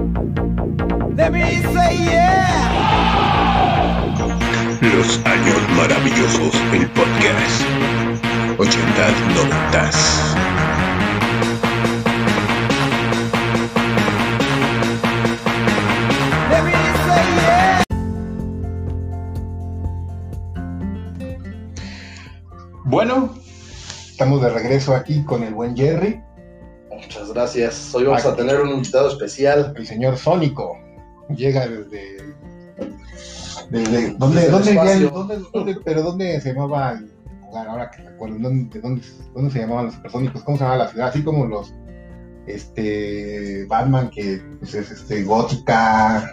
Let me say yeah. Los años maravillosos, el podcast. 80, 90. Let me say yeah. Bueno, estamos de regreso aquí con el buen Jerry, Muchas gracias. Hoy vamos a tener un invitado especial. el señor Sónico. Llega desde. desde ¿Dónde? Desde el ¿Dónde? espacio. había- dónde- dónde- pero ¿dónde se llamaba el lugar? Ahora que recuerdo, ¿dónde, de dónde, dónde se llamaban los supersónicos? ¿Cómo se llamaba la ciudad? Así como los. Este. Batman, que pues, es este, gótica.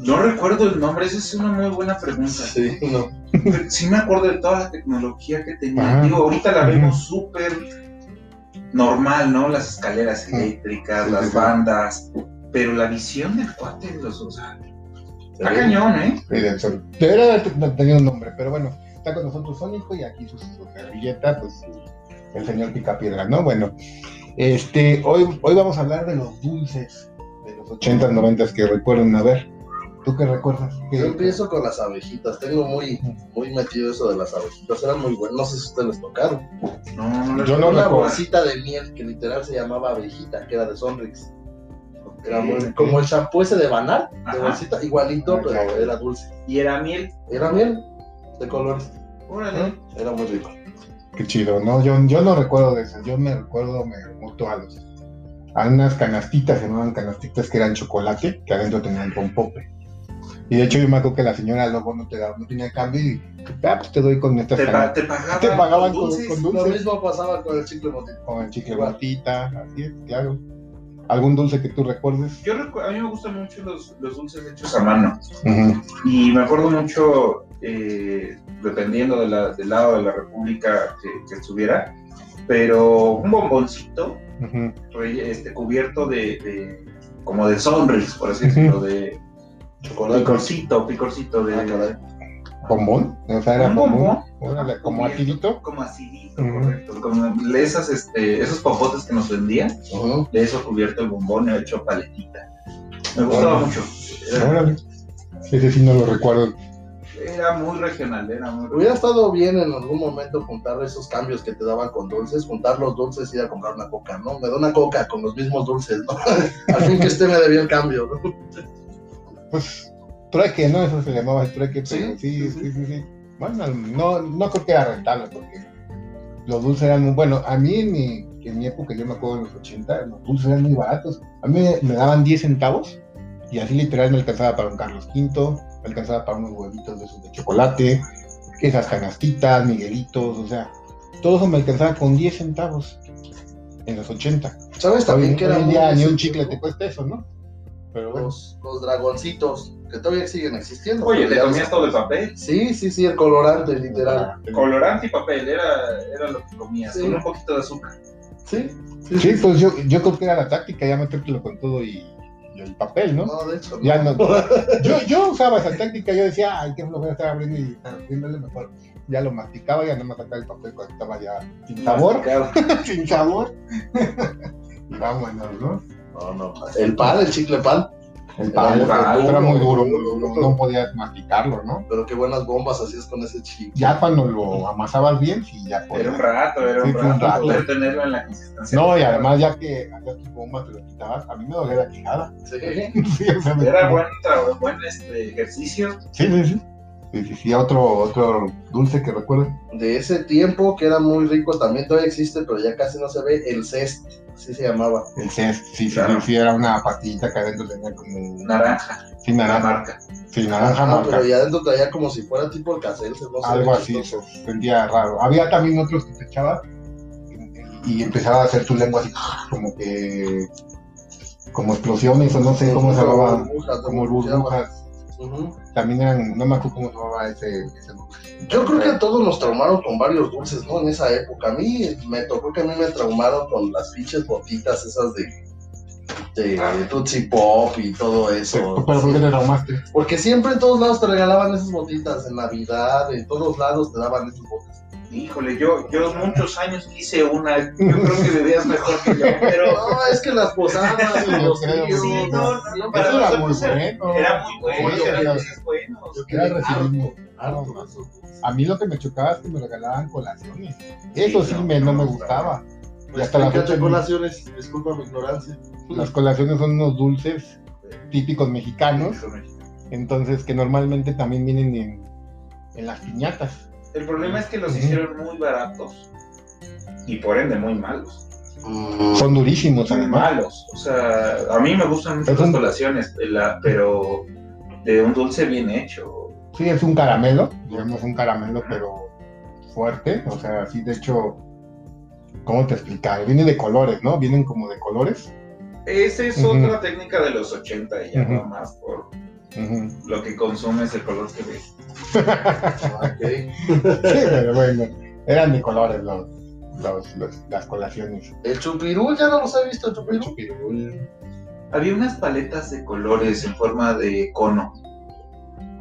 No recuerdo el nombre, esa es una muy buena pregunta. Sí, no. Pero Sí me acuerdo de toda la tecnología que tenía. Ajá. Digo, ahorita la Ajá. vemos súper normal, ¿no? Las escaleras eléctricas, Sí, sí, las sí. bandas, pero la visión del cuate de los... O sea, está cañón, ¿eh? Era- Debería haber t- tenido un nombre, pero bueno, está con nosotros Sónico y aquí su, su servilleta, pues el señor Picapiedra, ¿no? Bueno, este, hoy, hoy vamos a hablar de los dulces de los 80, 90 que recuerden. A ver, ¿tú qué recuerdas? ¿Qué- Yo empiezo con las abejitas. Tengo muy, muy metido eso de las abejitas. Eran muy buenas. No sé si ustedes les tocaron. No, no Yo no Una recuerdo. bolsita de miel que literal se llamaba abejita, que era de Sonrix. Era muy- Ok. como el champú ese de banal, de Ajá. bolsita, igualito, Ah, pero ya. era dulce. Y era miel. Era miel de colores. Órale. Era muy rico. Qué chido, ¿no? Yo, yo no recuerdo de eso, yo me recuerdo, me remonto a los a unas canastitas, se llamaban canastitas que eran chocolate, que adentro tenían rompope. Y de hecho yo me acuerdo que la señora Lobo no te daba, no tenía cambio y ah, pues te doy con estas Te, canas- pa- te pagaban, te pagaban con con, dulces. con Lo dulces, mismo pasaba con el chicle motito. con chicle Igual. batita, así es, claro. ¿Algún dulce que tú recuerdes? Yo recu- a mí me gustan mucho los, los dulces hechos a mano. Ujú. Y me acuerdo mucho, eh, dependiendo de la- del lado de la república que, que estuviera, pero un bomboncito Ujú. relle- este, cubierto de, de- como de sonris, por así decirlo, de Chocolate. picorcito, picorcito de Ah, caray. ¿Bombón? O sea, era Un bombón. bombón. Órale, como Cubierto. acidito. como acidito, Ujú. correcto, como de esas, este, esos popotes que nos vendían, Ujú. de eso cubierto el bombón hecho paletita. Me gustaba Órale. mucho. Era, Órale. Ese sí no lo recuerdo. era muy regional, era muy Hubiera estado bien en algún momento juntar esos cambios que te daban con dulces, juntar los dulces y ir a comprar una coca, ¿no? Me da una coca con los mismos dulces, ¿no? Al fin que este me debía el cambio, ¿no? pues trueque, ¿no? Eso se llamaba el trueque, Sí, pero sí, sí, sí, sí, sí. Bueno, no, no creo que era rentable porque los dulces eran muy, bueno, a mí en mi, en mi época, yo me acuerdo en los 80, los dulces eran muy baratos. A mí me, me daban 10 centavos y así literal me alcanzaba para un Carlos V, me alcanzaba para unos huevitos de esos de chocolate, esas canastitas, miguelitos, o sea, todo eso me alcanzaba con 10 centavos en los 80. ¿Sabes también Hoy- que hoy era en día muy ni un decisivo? chicle te cuesta eso, ¿no? Pero bueno. Los, los dragoncitos, que todavía siguen existiendo. Oye, le Ya comías los- todo el papel. Sí, sí, sí, el colorante, literal. Ah. Colorante y papel, era, era lo que comías, Sí. con un poquito de azúcar. Sí, Sí, pues yo, yo creo que era la táctica, ya metértelo con todo y, y el papel, ¿no? No, de hecho, no. Ya no. Yo, yo usaba esa táctica, yo decía, ay, qué flojera estar abriendo y estar abriéndole mejor. Ya lo masticaba y nada más sacaba el papel cuando estaba ya sin sabor, sin sabor. y vámonos, ¿no? No, no. El pan, el chicle pan. El papel muy era, duro, muy duro, muy duro. no, no podías masticarlo, ¿no? Pero qué buenas bombas hacías con ese chicle. Ya cuando lo amasabas bien, sí, ya Era un podías. rato, era Sí, un fue un rato, rato. poder tenerlo en la consistencia. No, y además ya que hacías tu bomba, te lo quitabas, a mí me dolía la quijada. Sí. Sí, o sea, me- Era buen, tra- buen este, ejercicio. Sí, sí, sí. Sí, sí, sí, otro, otro dulce que recuerdo. de ese tiempo que era muy rico, también todavía existe, pero ya casi no se ve, el cest, así se llamaba. El cest, sí, sí, Claro. sí, era una pastillita que adentro tenía como una Naranja, sin la naranja, marca. sin naranja Ah, marca, pero ya adentro traía como si fuera tipo el casel, no sé. algo así, se sentía raro. Había también otros que te echabas y empezaba a hacer tu lengua así como que como explosiones o no sé cómo se llamaba, burbujas, como burbujas. Ujú. También eran, no me acuerdo cómo se llamaba ese, ese dulce. Yo creo que todos nos traumaron con varios dulces, ¿no? En esa época. A mí me tocó que a mí me traumaron con las pinches botitas esas de, de, Tootsie Pop y todo eso. Pero ¿por qué te traumaste? Porque siempre en todos lados te regalaban esas botitas, en Navidad, en todos lados te daban esas botas. Híjole, yo, yo muchos años quise una. Yo creo que bebías mejor que yo, pero No, es que las posadas y los Yo creo, tíos. sí, no, no, para Eso era muy nosotros era, bueno. era muy bueno, Yo eran quería- dulces buenos. Yo quería recibir Harto, harto. harto. A mí lo que me chocaba es que me regalaban colaciones. Eso Sí, sí no, me, no no me me gustaba. gustaba. Y Pues, hasta la ¿qué fecha, colaciones? Disculpa mi ignorancia. Las colaciones son unos dulces típicos mexicanos, Híjole. entonces que normalmente también vienen en, en las piñatas. El problema es que los Ujú. hicieron muy baratos y por ende muy malos. Son durísimos Son además. malos. O sea, a mí me gustan mucho Es las un- colaciones, la- pero de un dulce bien hecho. Sí, es un caramelo, digamos un caramelo, pero fuerte. O sea, sí, de hecho, ¿cómo te explicar? Viene de colores, ¿no? Vienen como de colores. Esa es Ujú. otra técnica de los 80 y ya Ujú. no más por Ujú. Sí, lo que consumes, el color que ves. Ok. pero bueno, eran de colores los, los- los- las colaciones. El chupirul, ya no los he visto, el chupirul. Chupirul. Había unas paletas de colores en forma de cono,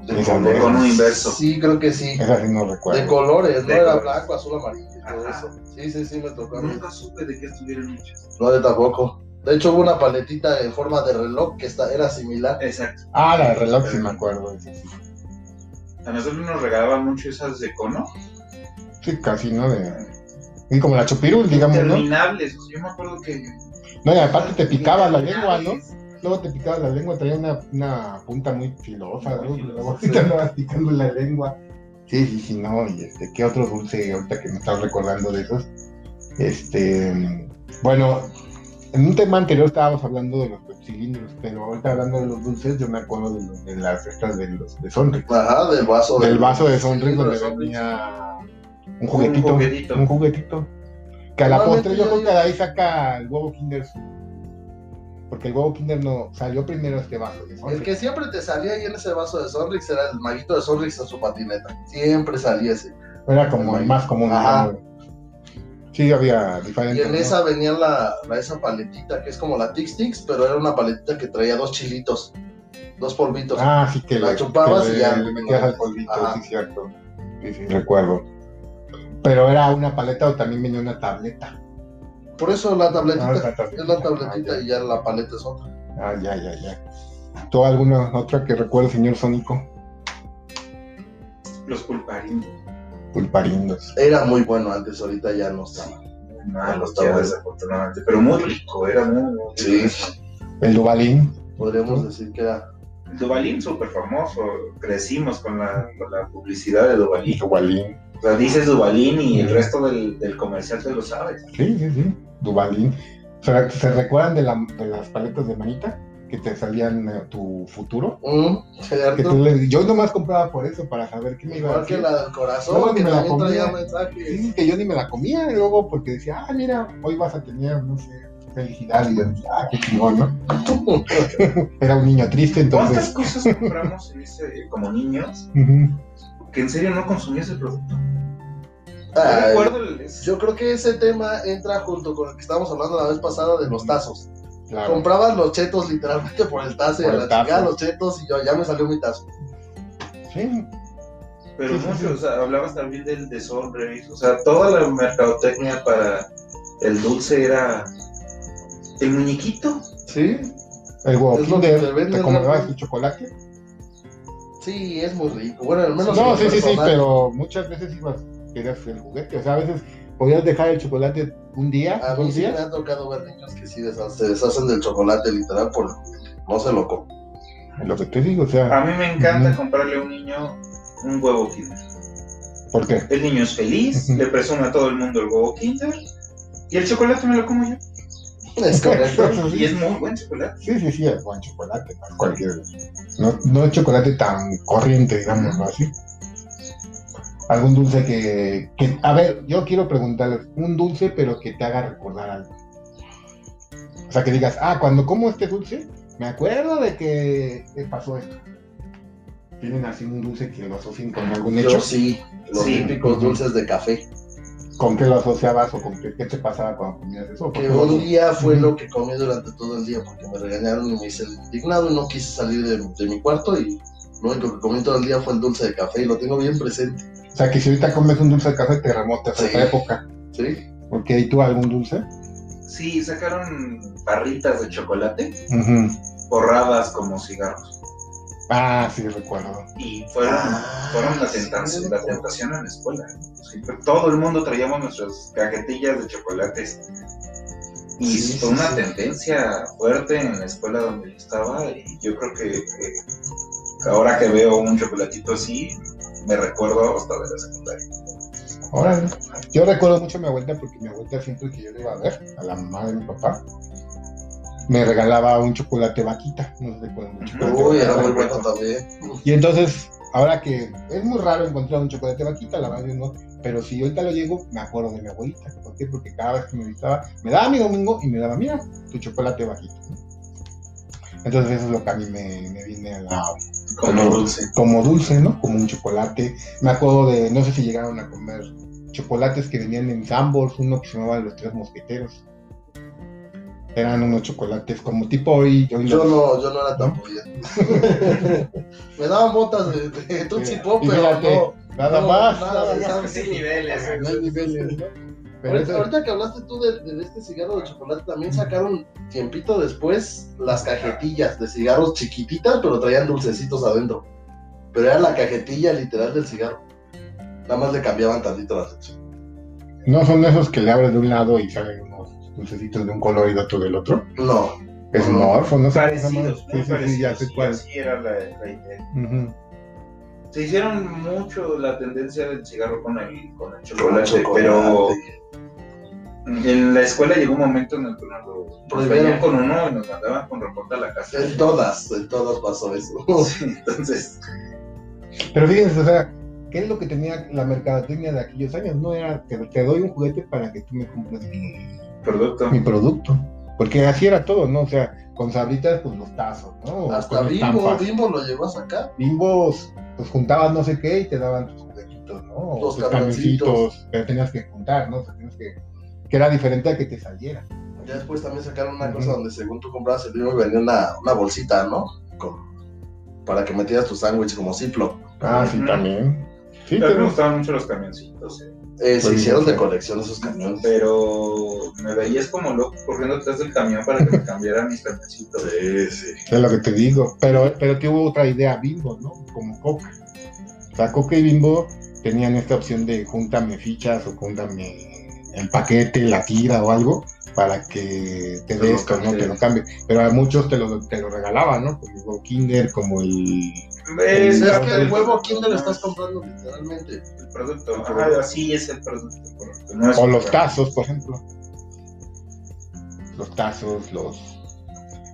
De de colores. cono inverso. Sí, creo que sí. Esa sí no De recuerdo. colores, ¿no? De Era colores. blanco, azul, amarillo, y todo Ajá. eso. Sí, sí, sí, me tocaron. Nunca supe de qué estuvieron hechas. No, de tampoco. De hecho, hubo una paletita en forma de reloj que está, era similar. Exacto. Ah, la de reloj sí me acuerdo. esa sí. A nosotros nos regalaban mucho esas de cono. Sí, casi, ¿no? De, y como la chupirul, digamos, ¿no? Interminables. Yo me acuerdo que. No, y aparte te picaba la lengua, ¿no? Luego te picaba la lengua, traía una, una punta muy filosa, ¿no? Muy Y filosa, luego sí. te andabas picando la lengua. Sí, sí, sí, no, y este, ¿qué otro dulce ahorita que me estás recordando de esos? Este, bueno, en un tema anterior estábamos hablando de los cilindros, pero ahorita hablando de los dulces, yo me acuerdo de, los- de las estas de los de Sonrix. Ajá, del vaso. Del vaso de Sonrix Sí, donde de Sonrix. venía un juguetito, un juguetito. juguetito. Que a la Normalmente postre yo yo creo que digo- de ahí saca el huevo Kinder. Porque el huevo Kinder no salió primero este vaso de El Sonrix. que siempre te salía ahí en ese vaso de Sonrix era el maguito de Sonrix en su patineta. Siempre salía ese. Era como el más común. Ajá. ¿no? Sí, había Y diferentes. en ¿no? esa venía la, la- esa paletita que es como la Tix Tix, pero era una paletita que traía dos chilitos, dos polvitos. Ah, sí que La le- chupabas que le- y ya. le metías al polvito, Ajá. sí, cierto. Sí, sí, recuerdo. Pero era una paleta o también venía una tableta. Por eso la Ah, tabletita. la es la tabletita y ya la paleta es otra. Ah, ya, ya, ya. ¿Tú alguna otra que recuerdes, señor Sónico? Los pulparindos. Pulparindos. Era muy bueno antes, ahorita ya no está. Ah, los ya desafortunadamente. Pero muy rico, era muy. muy rico. Sí. El Dubalín. Podríamos decir que era. Dubalín súper famoso. Crecimos con la, con la publicidad de Dubalín. Dubalín. O sea, dices Dubalín y el resto del, del comercial te lo sabes. Sí, sí, sí. Dubalín. ¿Se, se recuerdan de, la- de las paletas de manita que te salían eh, tu futuro? Mm, Que ¿Cierto? tú le- yo nomás compraba por eso, para saber qué me iba a Igual que decir. la del corazón, No, que me la también traía comía. Sí, mensajes. sí, que yo ni me la comía y luego porque decía, ah, mira, hoy vas a tener, no sé, felicidad. Y yo decía, ah, qué chingón, ¿no? Era un niño triste, ¿Cuántas entonces. cosas compramos en ese, como niños ujú. que en serio no consumías el producto? Yo Ay, recuerdo el- Ah, yo creo que ese tema entra junto con el que estábamos hablando la vez pasada de los tazos. Mm. Claro. Comprabas los chetos literalmente por el tazo y Por a el la tazo. chingada los chetos y yo ya me salió mi tazo. Sí, Pero Sí, sí, muchos, sí. o sea, hablabas también del de Sonrix, o sea, toda la mercadotecnia para el dulce era el muñequito. Sí, el huevo Es lo que Kinder, te venden te comprabas rápido. tu chocolate. sí, es muy rico. Bueno, al menos. en No, lo sí, sí, sí, personal. pero muchas veces ibas, querías el juguete. O sea, a veces podías dejar el chocolate un día, A mí dos Ah, sí me días. ha tocado ver niños que sí desha- se deshacen del chocolate literal por no se lo comen. Lo que te digo, o sea, A mí me encanta Ujú. comprarle a un niño un huevo Kinder. ¿por qué? El niño es feliz, Ujú. le presume a todo el mundo el huevo Kinder y el chocolate me lo como yo. Es correcto. Y es muy buen chocolate. Sí, sí, sí, es buen chocolate, no es cualquier. No, no es chocolate tan corriente, digámoslo así. Algún dulce que, que- A ver, yo quiero preguntarles, un dulce pero que te haga recordar algo. O sea, que digas, ah, cuando como este dulce, me acuerdo de que pasó esto. Tienen así un dulce que lo asocien con algún hecho. Yo sí, los Sí. típicos dulces de café. ¿Con qué lo asociabas o con qué, qué te pasaba cuando comías eso? Porque que un día fue Ujú. lo que comí durante todo el día porque me regañaron y me hice el indignado y no quise salir de, de mi cuarto y lo único que comí todo el día fue el dulce de café y lo tengo bien presente. O sea, que si ahorita comes un dulce de café, te remontas Sí. a esa época. ¿sí? Ok, ¿y tú algún dulce? Sí, sacaron barritas de chocolate Ujú. borradas como cigarros. Ah, sí, recuerdo. Y fueron, Ah, fueron la, sí, tentación, cierto. la tentación en la escuela. Sí, pero todo el mundo traíamos nuestras cajetillas de chocolates. Y Sí, fue sí, una sí. tendencia fuerte en la escuela donde yo estaba. Y yo creo que, que ahora que veo un chocolatito así, me recuerdo hasta de la secundaria. Órale. Yo recuerdo mucho a mi abuelita porque mi abuelita siempre que yo le iba a ver, a la mamá de mi papá, me regalaba un chocolate vaquita. No sé cuál un chocolate Uy, vaquita, era muy recuerdo. bueno también. Y entonces, ahora que es muy raro encontrar un chocolate vaquita, la verdad yo no, pero si yo ahorita lo llego, me acuerdo de mi abuelita. ¿Por qué? Porque cada vez que me visitaba, me daba mi domingo y me daba, mira, tu chocolate vaquita. Entonces eso es lo que a mí me, me viene a la, Como Como- dulce. como dulce, ¿no? Como un chocolate. Me acuerdo de, no sé si llegaron a comer chocolates que venían en Sambors, uno que se llamaba Los Tres Mosqueteros. Eran unos chocolates como tipo hoy. hoy Yo los- no, yo no era tan judía. Me daban botas de, de Tootsie Pop, Y pero fíjate, no. Nada no, más. Nada, ¿sabes? Sin niveles. No hay niveles, ¿no? Pero ahorita, eso- ahorita que hablaste tú de, de este cigarro de chocolate, también sacaron tiempito después las cajetillas de cigarros chiquititas, pero traían dulcecitos adentro. Pero era la cajetilla literal del cigarro. Nada más le cambiaban tantito la leche. No son esos que le abres de un lado y salen unos dulcecitos de un color y de otro del otro. No, Es Ujú. morfo, no sé cómo se llama. Parecidos, muy Sí, sí, sí, ya parecidos. sé y cuál. así era la- la idea. Ujú. se hicieron mucho la tendencia del cigarro con el, con el con chocolate, chocolate. pero en la escuela llegó un momento en el que nos lo- nos Prohibieron. venían con uno y nos mandaban con reporte a la casa. En todas, en todas pasó eso. Entonces, Pero fíjense, o sea, ¿qué es lo que tenía la mercadotecnia de aquellos años? No era, te, te doy un juguete para que tú me compres mi, producto. mi producto. Porque así era todo, ¿no? O sea, con sabritas, pues los tazos, ¿no? O Hasta con Bimbo, estampas. Bimbo lo llevó a sacar. Bimbos, pues juntabas no sé qué y te daban tus juguetitos, ¿no? O Los tus camioncitos. camioncitos, Pero tenías que juntar, ¿no? O sea, tenías que. Que era diferente a que te saliera. Ya después también sacaron una Ujú. cosa donde según tú comprabas el libro y venía una, una bolsita, ¿no? Con- para que metieras tu sándwich como ciplo. Ah, sí, Ujú. también. Sí, Pero me tenemos- gustaban mucho los camioncitos, eh, Eh, se Pues, hicieron de sí. colección esos camiones. pero me veías como loco corriendo detrás del camión para que me cambiaran mis camioncitos. Sí, sí. Es lo que te digo. Pero, pero que hubo otra idea, Bimbo, ¿no? Como Coca. O sea, Coca y Bimbo tenían esta opción de júntame fichas o júntame el paquete, la tira o algo para que te Te dé lo esto, ¿no? cambie. Te lo cambie. Pero a muchos te lo, te lo regalaban, ¿no? Como Kinder, como el... Es Es parte que el del huevo, producto, ¿quién te lo ¿no? estás comprando literalmente? El producto. El Ajá, producto. así es el producto. correcto, no es O un los regalo. tazos, por ejemplo. Los tazos, los...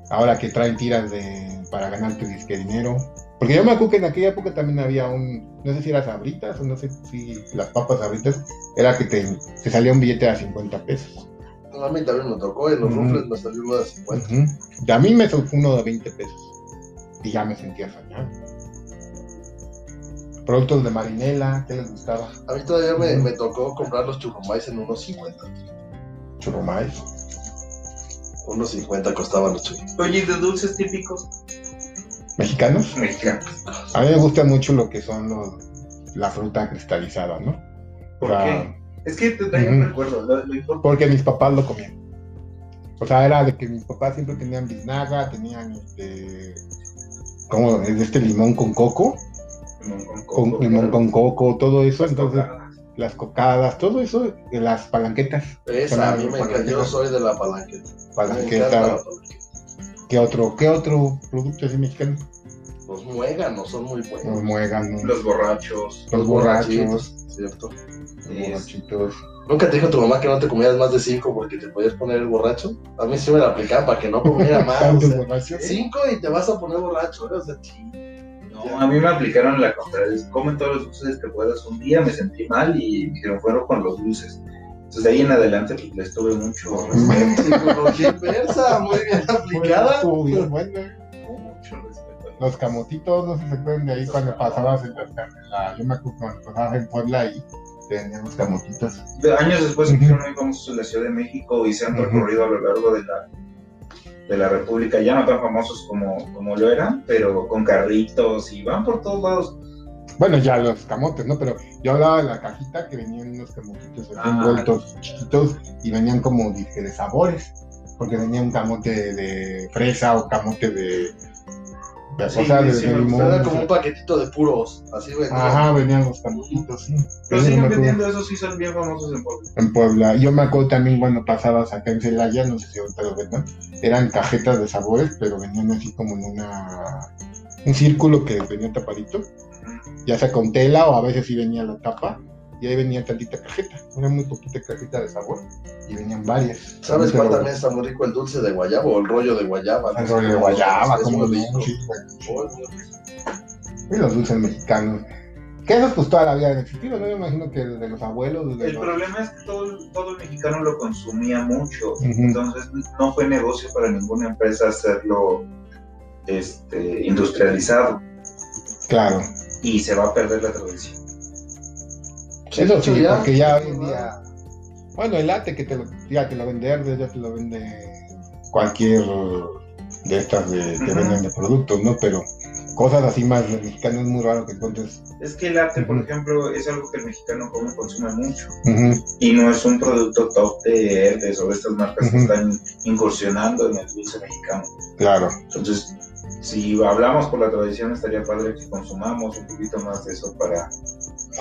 Ahora que traen tiras de para ganarte disque dinero. Porque yo me acuerdo que en aquella época también había un... No sé si era sabritas o no sé si las papas sabritas. Era que te, te salía un billete a 50 pesos. No, a mí también me tocó, en los Ujú. rufles me salió uno de 50. Ujú. Y a mí me tocó uno de 20 pesos. Y ya me sentía soñado. Productos de marinela, ¿qué les gustaba? A mí todavía me, me tocó comprar los churrumais en unos 50. Churrumais. Unos 50 costaban los churrumais. Oye, ¿y de dulces típicos ¿Mexicanos? mexicanos. A mí me gusta mucho lo que son los- la fruta cristalizada, ¿no? O ¿Por sea, qué? Es que te traigo un Ujú. recuerdo. Lo, lo importante Porque mis papás lo comían. O sea, era de que mis papás siempre tenían biznaga, tenían este, como este limón con coco, Limón con coco. con- limón claro. con coco, todo eso, entonces Coca. las cocadas, todo eso, eh, las palanquetas, Esa, a mí me encanta. Yo soy de la palanqueta. Me encanta la palanqueta, palanqueta. ¿qué otro, qué otro producto así mexicano? Los muéganos son muy buenos. Los muéganos, los, Los borrachos. borrachos, ¿Cierto? los Sí. borrachitos. ¿Nunca te dijo tu mamá que no te comieras más de cinco porque te podías poner el borracho? A mí sí me la aplicaban para que no comiera más. o ¿Tantos sea, borrachos? cinco y te vas a poner borracho. ¿eh? O sea, ching. No, a mí me aplicaron la contraria. es, Come todos los dulces que puedas. Un día me sentí mal y me dijeron, fueron con los dulces. Entonces de ahí en adelante pues, les tuve mucho respeto. Psicología inversa, muy bien aplicada. Estuvo bien bueno. mucho respeto. los camotitos, no sé si se acuerdan de ahí cuando pasabas en la, en la- yo me acuerdo cuando pasabas en Puebla y tenían los camotitos. De- años después se Ujú. hicieron muy famosos en la Ciudad de México y se han Ujú. recorrido a lo largo de la, de la República, ya no tan famosos como, como lo eran, pero con carritos y van por todos lados. Bueno, ya los camotes, ¿no? Pero yo hablaba de la cajita que venían unos camotitos así Ah. envueltos chiquitos y venían como dije, de sabores. Porque venía un camote de fresa o camote de. de Sí, cosa de, sí, de me limón. Era como un paquetito de puros, así vendía. Ajá, venían los camotitos, sí. Los Yo me siguen acuerdo vendiendo, esos sí son bien famosos en Puebla. En Puebla. Yo me acuerdo también cuando pasabas acá en Celaya, no sé si ahorita lo vendan, eran cajetas de sabores, pero venían así como en una. un círculo que venía tapadito. ya sea con tela o a veces sí venía la tapa y ahí venía tantita cajeta, una muy poquita cajeta de sabor y venían varias. ¿Sabes Pero- cuál también está muy rico? El dulce de guayaba o el rollo de guayaba. El rollo de guayaba, Es como muy no, rico. sí, güey. y los dulces mexicanos. Que esos pues toda la vida han existido, ¿no? Yo imagino que desde los abuelos, desde El los... problema es que todo, todo el mexicano lo consumía mucho. Ujú. Entonces no fue negocio para ninguna empresa hacerlo este, industrializado Claro. y se va a perder la tradición. Eso sí, Sí, ya. porque ya hoy en día. Bueno, el ate que te lo, ya te lo vende Herdez, ya te lo vende cualquier de estas de, que Ujú. venden de productos, ¿no? Pero cosas así más de mexicano es muy raro que encuentres. Es que el arte, por Ujú. ejemplo, es algo que el mexicano come consume mucho Ujú, y no es un producto top de Herdez o de estas marcas que Ujú. están incursionando en el dulce mexicano. Claro. Entonces, si hablamos por la tradición, estaría padre que consumamos un poquito más de eso para...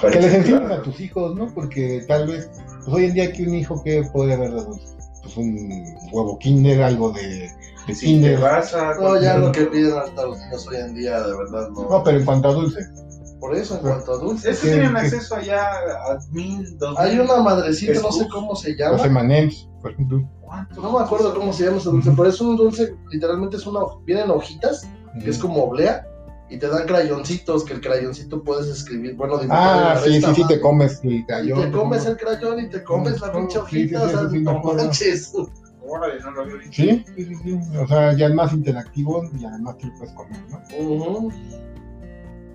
para Que les enseñes incentivar. a tus hijos, ¿no? Porque tal vez, pues hoy en día que un hijo que puede haber de dulce? pues un huevo kinder, algo de, de Si te pues, kinder. vas a... No, ya lo que piden hasta los niños hoy en día, de verdad, no. No, pero en cuanto a dulce. Por eso, en cuanto a dulces. Esos tienen acceso allá a mil, dos Hay mil. una madrecita, no sé Scoop. cómo se Los llama. emanems, por ejemplo. ¿Cuánto? No me acuerdo cómo se llama ese dulce, pero es un dulce, literalmente es una. Vienen hojitas, que es como oblea, y te dan crayoncitos, que el crayoncito puedes escribir, bueno, dibujar. Ah, en la sí, esta sí, sí, te madre. comes el Y cayón. te comes el crayón y te comes la No, sí, sí, pinche hojita, sí, o sea, eso sí me no acuerdo. manches. Órale, no lo había visto. Sí, sí, sí, sí. O sea, ya es más interactivo y además te lo puedes comer, ¿no? Ujú.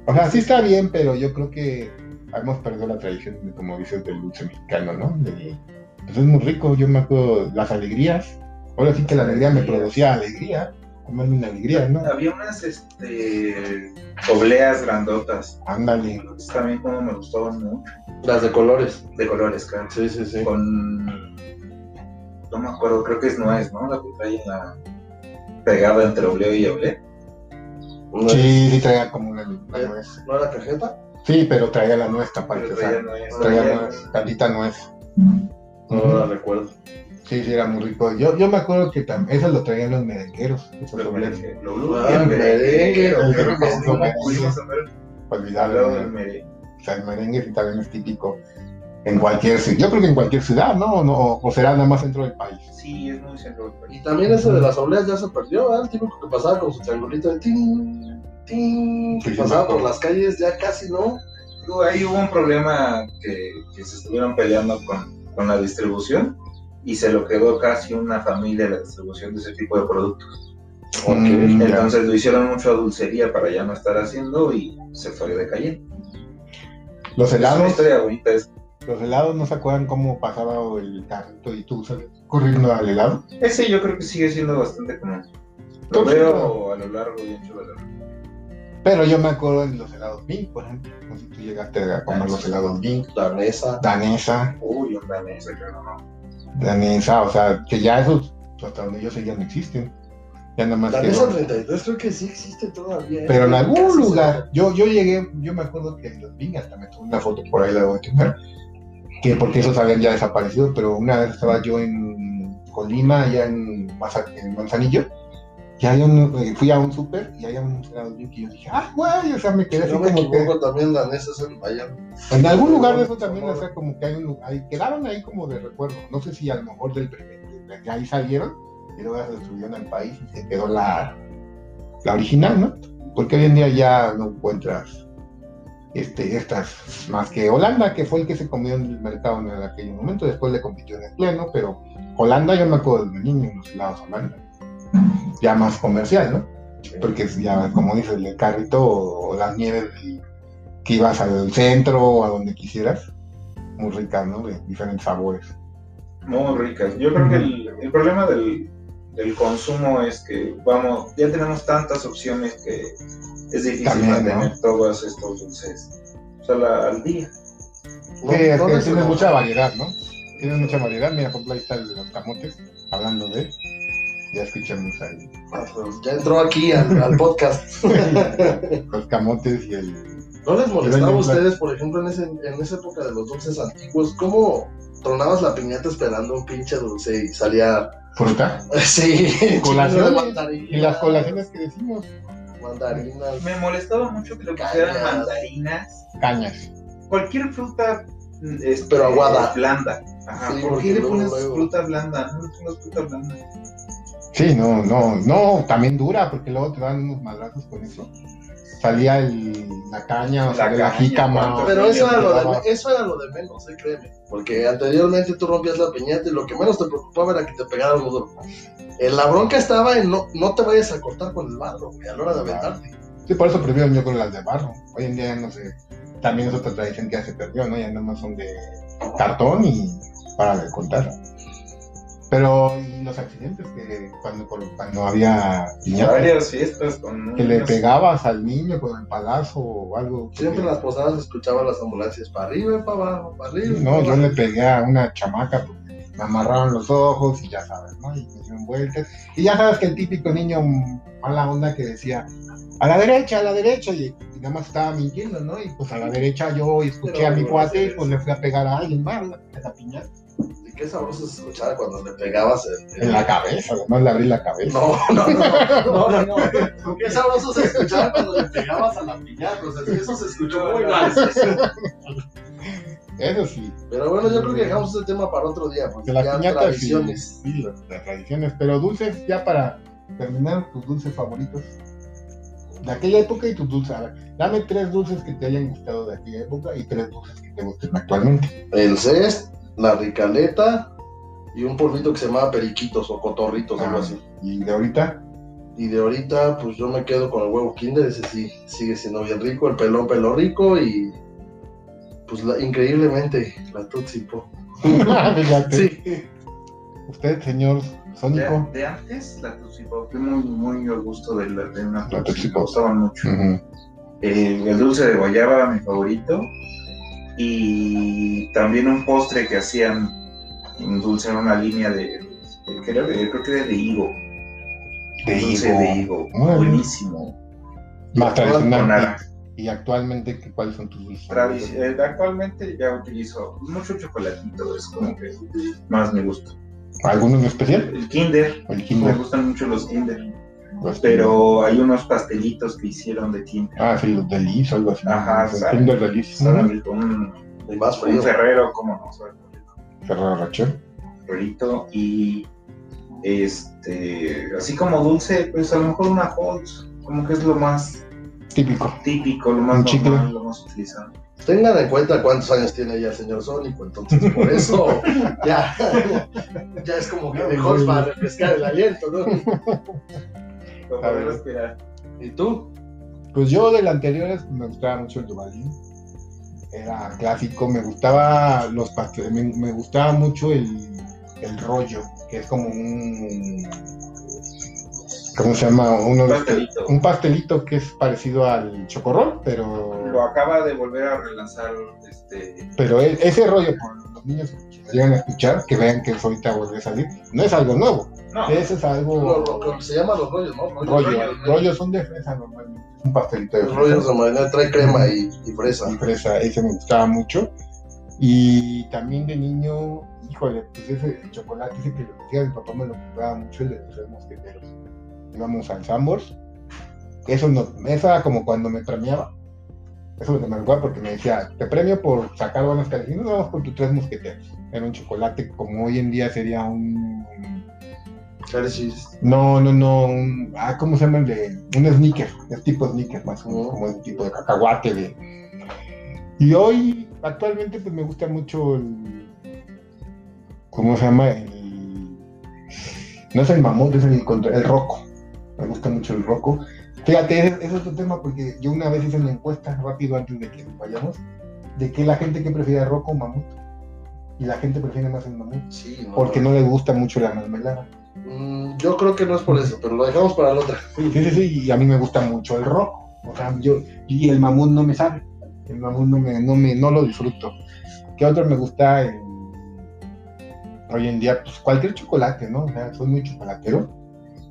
O sea, sí está bien, pero yo creo que hemos perdido la tradición, de, como dices, del dulce mexicano, ¿no? De- pues es muy rico, yo me acuerdo las alegrías. Ahora sí que la alegría me producía alegría, comerme una alegría, ¿no? Había unas este, obleas grandotas. Ándale. También como me gustaban mucho. Las de colores. De colores, claro. Sí, sí, sí. Con. No me acuerdo, creo que es nuez, ¿no? La que trae en la. pegada entre obleo y oblea. No, Sí, sí traía como una, una Eh. nuez. ¿No era cajeta? Sí, pero traía la nuez aparte, Pero o sea, traía nuez. traía traía- nuez, tantita nuez. No, Ujú. la recuerdo. Sí, sí, era muy rico. Yo, yo me acuerdo que tam- eso lo traían los merengueros, esos Lo obleas. merengue. Ah, el el merengue, merengue. el Creo que merengue. sí, no pudimos haber hablado Olvidarlo. del merengue. O sea, el merengue sí también es típico en cualquier ciudad. Yo creo que en cualquier ciudad, ¿no? O, no- o será nada más dentro del país. Sí, es muy centroeuropeo. Y también ese de las obleas ya se perdió, ¿verdad? El típico que pasaba con su triangulito de tin, tin, que Sí, sí, pasaba me por acuerdo. las calles, ya casi no. Digo, Ahí hubo un problema que, que se estuvieron peleando con, con la distribución y se lo quedó casi una familia la distribución de ese tipo de productos. Mm, ya. Entonces lo hicieron mucho a dulcería para ya no estar haciendo y se fue decayendo. Los Es una helados, historia bonita. Es, los helados no se acuerdan cómo pasaba el carrito y tú sal- corriendo al helado. ese yo creo que sigue siendo bastante común. Lo Entonces, veo a lo largo y ancho de la Pero yo me acuerdo en los helados Bing, por ejemplo. No sé si tú llegaste a comer los helados Bing. La mesa. Danesa, Uy, un danés, claro, no. danesa, o sea, que ya esos, hasta donde yo sé, ya no existen. Ya nada más La quedó- mesa 33 creo que sí existe todavía. ¿eh? Pero en Casi algún se lugar, yo, yo llegué, yo me acuerdo que en los Vingas también tuve una foto por ahí, la debo de tener, que porque esos habían ya desaparecido, pero una vez estaba yo en Colima, allá en, Maza- en Manzanillo, y había un- eh, fui a un súper y había un helados Bing que yo dije, ah, güey, o sea, me quedé Si así no me como que... equivoco, también la mesa es en Bayern. En algún lugar de eso también, o sea, como que hay un lugar, ahí- quedaron ahí como de recuerdo, no sé si a lo mejor del primer, de- de ahí salieron y luego ya se destruyeron al país y se quedó la, la original, ¿no? Porque hoy en día ya no encuentras este, estas, más que Holanda, que fue el que se comió en el mercado en aquel momento, después le compitió en el pleno, pero Holanda yo me acuerdo del niño, en los helados Holanda, ya más comercial, ¿no? porque ya como dices, el carrito o, o las nieves del- que ibas al centro o a donde quisieras, muy ricas, ¿no? De diferentes sabores. Muy ricas. Yo creo que el, el problema del, del consumo es que, vamos, ya tenemos tantas opciones que es difícil También, mantener todos estos dulces o sea, la- al día. No, Sí, es no que les- tiene mucha variedad, ¿no? Tiene mucha variedad. Mira, por ejemplo, ahí está el de los camotes, hablando de. Ya escuchamos ahí. Ah, pues, Ya entró aquí al, al podcast. los camotes y el. ¿No les molestaba a Iván, ustedes, por ejemplo, en, ese, en esa época de los dulces antiguos, cómo tronabas la piñata esperando un pinche dulce y salía. Fruta. Sí, Colaciones. chingo de mandarinas, Y las colaciones que decimos, Mandarinas. Me molestaba mucho que le Cañas. pusieran mandarinas. cañas. Cualquier fruta. mm, este, Pero aguada. Blanda. Ajá. Sí, ¿Por porque qué le luego, pones luego. fruta blanda? No le pongas fruta blanda. Sí, no, no, no, también dura, porque luego te dan unos madrazos con eso. Salía el, la caña, o La sea, la caña, jícama. ¿cuánto? o- Pero Sí, eso era, lo de, llevaba- eso era lo de menos, eh, créeme. Porque anteriormente tú rompías la piñata y lo que menos te preocupaba era que te pegara algo duro. Eh, la bronca estaba en no, no te vayas a cortar con el barro, güey, a la hora de aventarte. Sí, por eso prefiero yo con las de barro. Hoy en día ya no sé. También es otra tradición que ya se perdió, ¿no? Ya nada más son de cartón y para de contar. Pero y los accidentes que cuando, cuando había Pues, piñatas, Varias fiestas con. que le unos- pegabas al niño con el palazo o algo. Siempre en porque- las posadas escuchaban las ambulancias para arriba y para abajo, para arriba. y Sí, no, para yo abajo. le pegué a una chamaca, porque me amarraron los ojos y ya sabes, ¿no? Y me dieron vueltas. Y ya sabes que el típico niño mala onda que decía, a la derecha, a la derecha, y, y nada más estaba mintiendo, ¿no? Y pues a la derecha yo escuché Pero, a mi bueno, cuate sí, y pues le fui a pegar a alguien más, ¿no? a la piñata. Y qué sabroso se escuchaba cuando le pegabas. el- En la cabeza, además le abrí la cabeza. No, no, no, no, no, no. Qué sabroso se escuchaba cuando le pegabas a la piñata. O sea, es que eso se escuchó muy mal. Eso sí, Pero bueno, yo creo que dejamos ese tema para otro día, porque de las ya piñatas y, tradiciones. sí, las, las tradiciones. Pero dulces, ya para terminar, tus dulces favoritos. De aquella época y tus dulces. A ver, dame tres dulces que te hayan gustado de aquella época y tres dulces que te gusten actualmente. El cest, la ricaleta y un polvito que se llamaba periquitos o cotorritos, algo Ah. así. Y de ahorita, Y de ahorita, pues yo me quedo con el huevo kinder, ese sí, sigue siendo bien rico, el pelón pelo rico y pues la- increíblemente la Tootsie Pop. fíjate. Sí. Usted, señor De, Sónico. de antes, la Tuxipop, fui muy, muy al gusto de, la, de una La Tootsie, Tootsie me gustaban mucho. Ujú. Eh, El, el dulce de guayaba, mi favorito. Y también un postre que hacían, un dulce en una línea de, de- creo, que- creo que era de higo. De dulce higo. de higo, Órale. buenísimo. Más Con tradicional. naranja. Y actualmente, ¿qué- ¿cuáles son tus dulces? Tradici- eh, actualmente ya utilizo mucho chocolatito, es como que más me gusta. ¿Alguno en especial? El Kinder, El me Kinder. gustan mucho los Kinder, los- pero hay unos pastelitos que hicieron de Kinder. Ah, sí, los delis, algo así. Ajá, Los sabe. Ah, Kinder delis. Saben rico, un, El más un frío. ferrero, como no, sabe rico, Ferrero Rocher. ferrerito, y este, así como dulce, pues a lo mejor una hot, como que es lo más Típico. típico, lo más Un chicle. normal, lo más utilizado. Tengan en cuenta cuántos años tiene ya el señor Sónico, entonces por eso ya, ya es como que mejor para refrescar el aliento, ¿no? Lo Está puedo bien. respirar. ¿Y tú? Pues yo del anterior es- me gustaba mucho el Duvalín. Era clásico, me gustaba los pasteles, me, me gustaba mucho el, el rollo, que es como un ¿cómo se llama? Uno Un de- pastelito. un pastelito que es parecido al chocorrol, Lo pero acaba de volver a relanzar este pero e- ese rollo por los niños que nos llegan a escuchar, que vean que eso ahorita vuelve a salir, no es algo nuevo, no, eso es Lo- algo lo- lo que se llama los rollos, ¿no? Oh. rollo, rollos son de fresa normalmente, es un pastelito de Los fresa. rollos de marinera trae crema y, y fresa. y fresa, ese me gustaba mucho. Y también de niño, híjole, pues ese el chocolate ese que lo decía mi papá me lo compraba mucho, el de los tres mosqueteros. Íbamos al Sambors. Eso no, eso era como cuando me premiaba. Eso es lo que me recuerda porque me decía, te premio por sacar buenas calificaciones, vamos por tus tres mosqueteros. Era un chocolate como hoy en día sería un Hershey's. no, no, no. Un, ah, ¿cómo se llama el de? Un sneaker. Es tipo sneaker, más o menos, como el tipo de cacahuate. De... Y hoy, actualmente, pues me gusta mucho el. ¿Cómo se llama? El. No es el mamón, es el, contra- el roco. Me gusta mucho el roco. Fíjate, ese, ese es otro tema porque yo una vez hice una encuesta rápido antes de que nos vayamos de que la gente que prefiere roco o mamut. Y la gente prefiere más el mamut Sí, no. porque no le gusta mucho la mermelada. Mm, yo creo que no es por eso, pero lo dejamos para la otra. Sí, sí, sí, y a mí me gusta mucho el rock. O sea, yo, y el mamut no me sabe. El mamut no, me, no, me, no lo disfruto. ¿Qué otro me gusta? eh, hoy en día, pues cualquier chocolate, ¿no? O sea, soy muy chocolatero.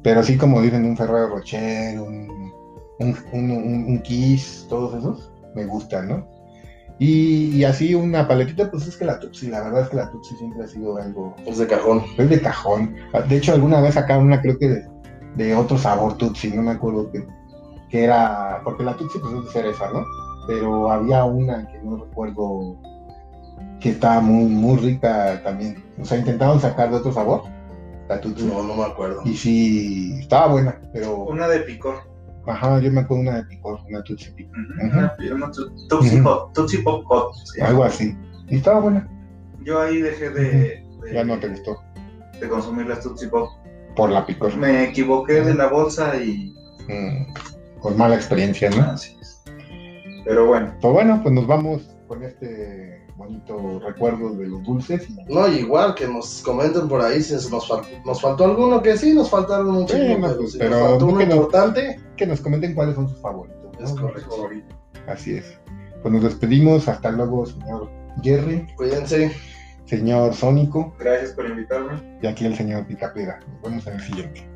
Pero así como dicen, un Ferrero Rocher, un, un, un- un- un Kiss, todos esos, me gustan, ¿no? Y, y así una paletita, pues es que la Tupsi, la verdad es que la Tupsi siempre ha sido algo Es de cajón. es de cajón. De hecho, alguna vez sacaron una, creo que de, de otro sabor Tutsi, no me acuerdo que, que era. Porque la Tutsi pues, es de cereza, ¿no? Pero había una que no recuerdo que estaba muy, muy rica también. O sea, intentaron sacar de otro sabor la Tutsi. No, no me acuerdo. Y sí, estaba buena, pero. Una de picor. Ajá, yo me acuerdo una de picor, una Tutsi picor, Una- una tu- Tootsie Ujú. Pop, Tootsie Pop Pop. se llama. algo así. Y estaba buena, Yo ahí dejé de, de- ya no te gustó. de consumir las Tootsie Pop. Por la picor. Me equivoqué de la bolsa y Mm, Con mala experiencia, ¿no? así es. Pero bueno, Pues bueno, pues nos vamos con este bonito recuerdo de los dulces. y- No, y igual que nos comenten por ahí si nos, fal- nos faltó alguno que sí, nos faltaron un Sí, chingo, no, pero pues, si pero nos faltó uno que no. importante, Que nos comenten cuáles son sus favoritos. ¿no? Es correcto. Así es. Pues nos despedimos. Hasta luego, señor Jerry, cuídense. señor Sónico gracias por invitarme. y aquí el señor Picapiedra. Nos vemos en el siguiente.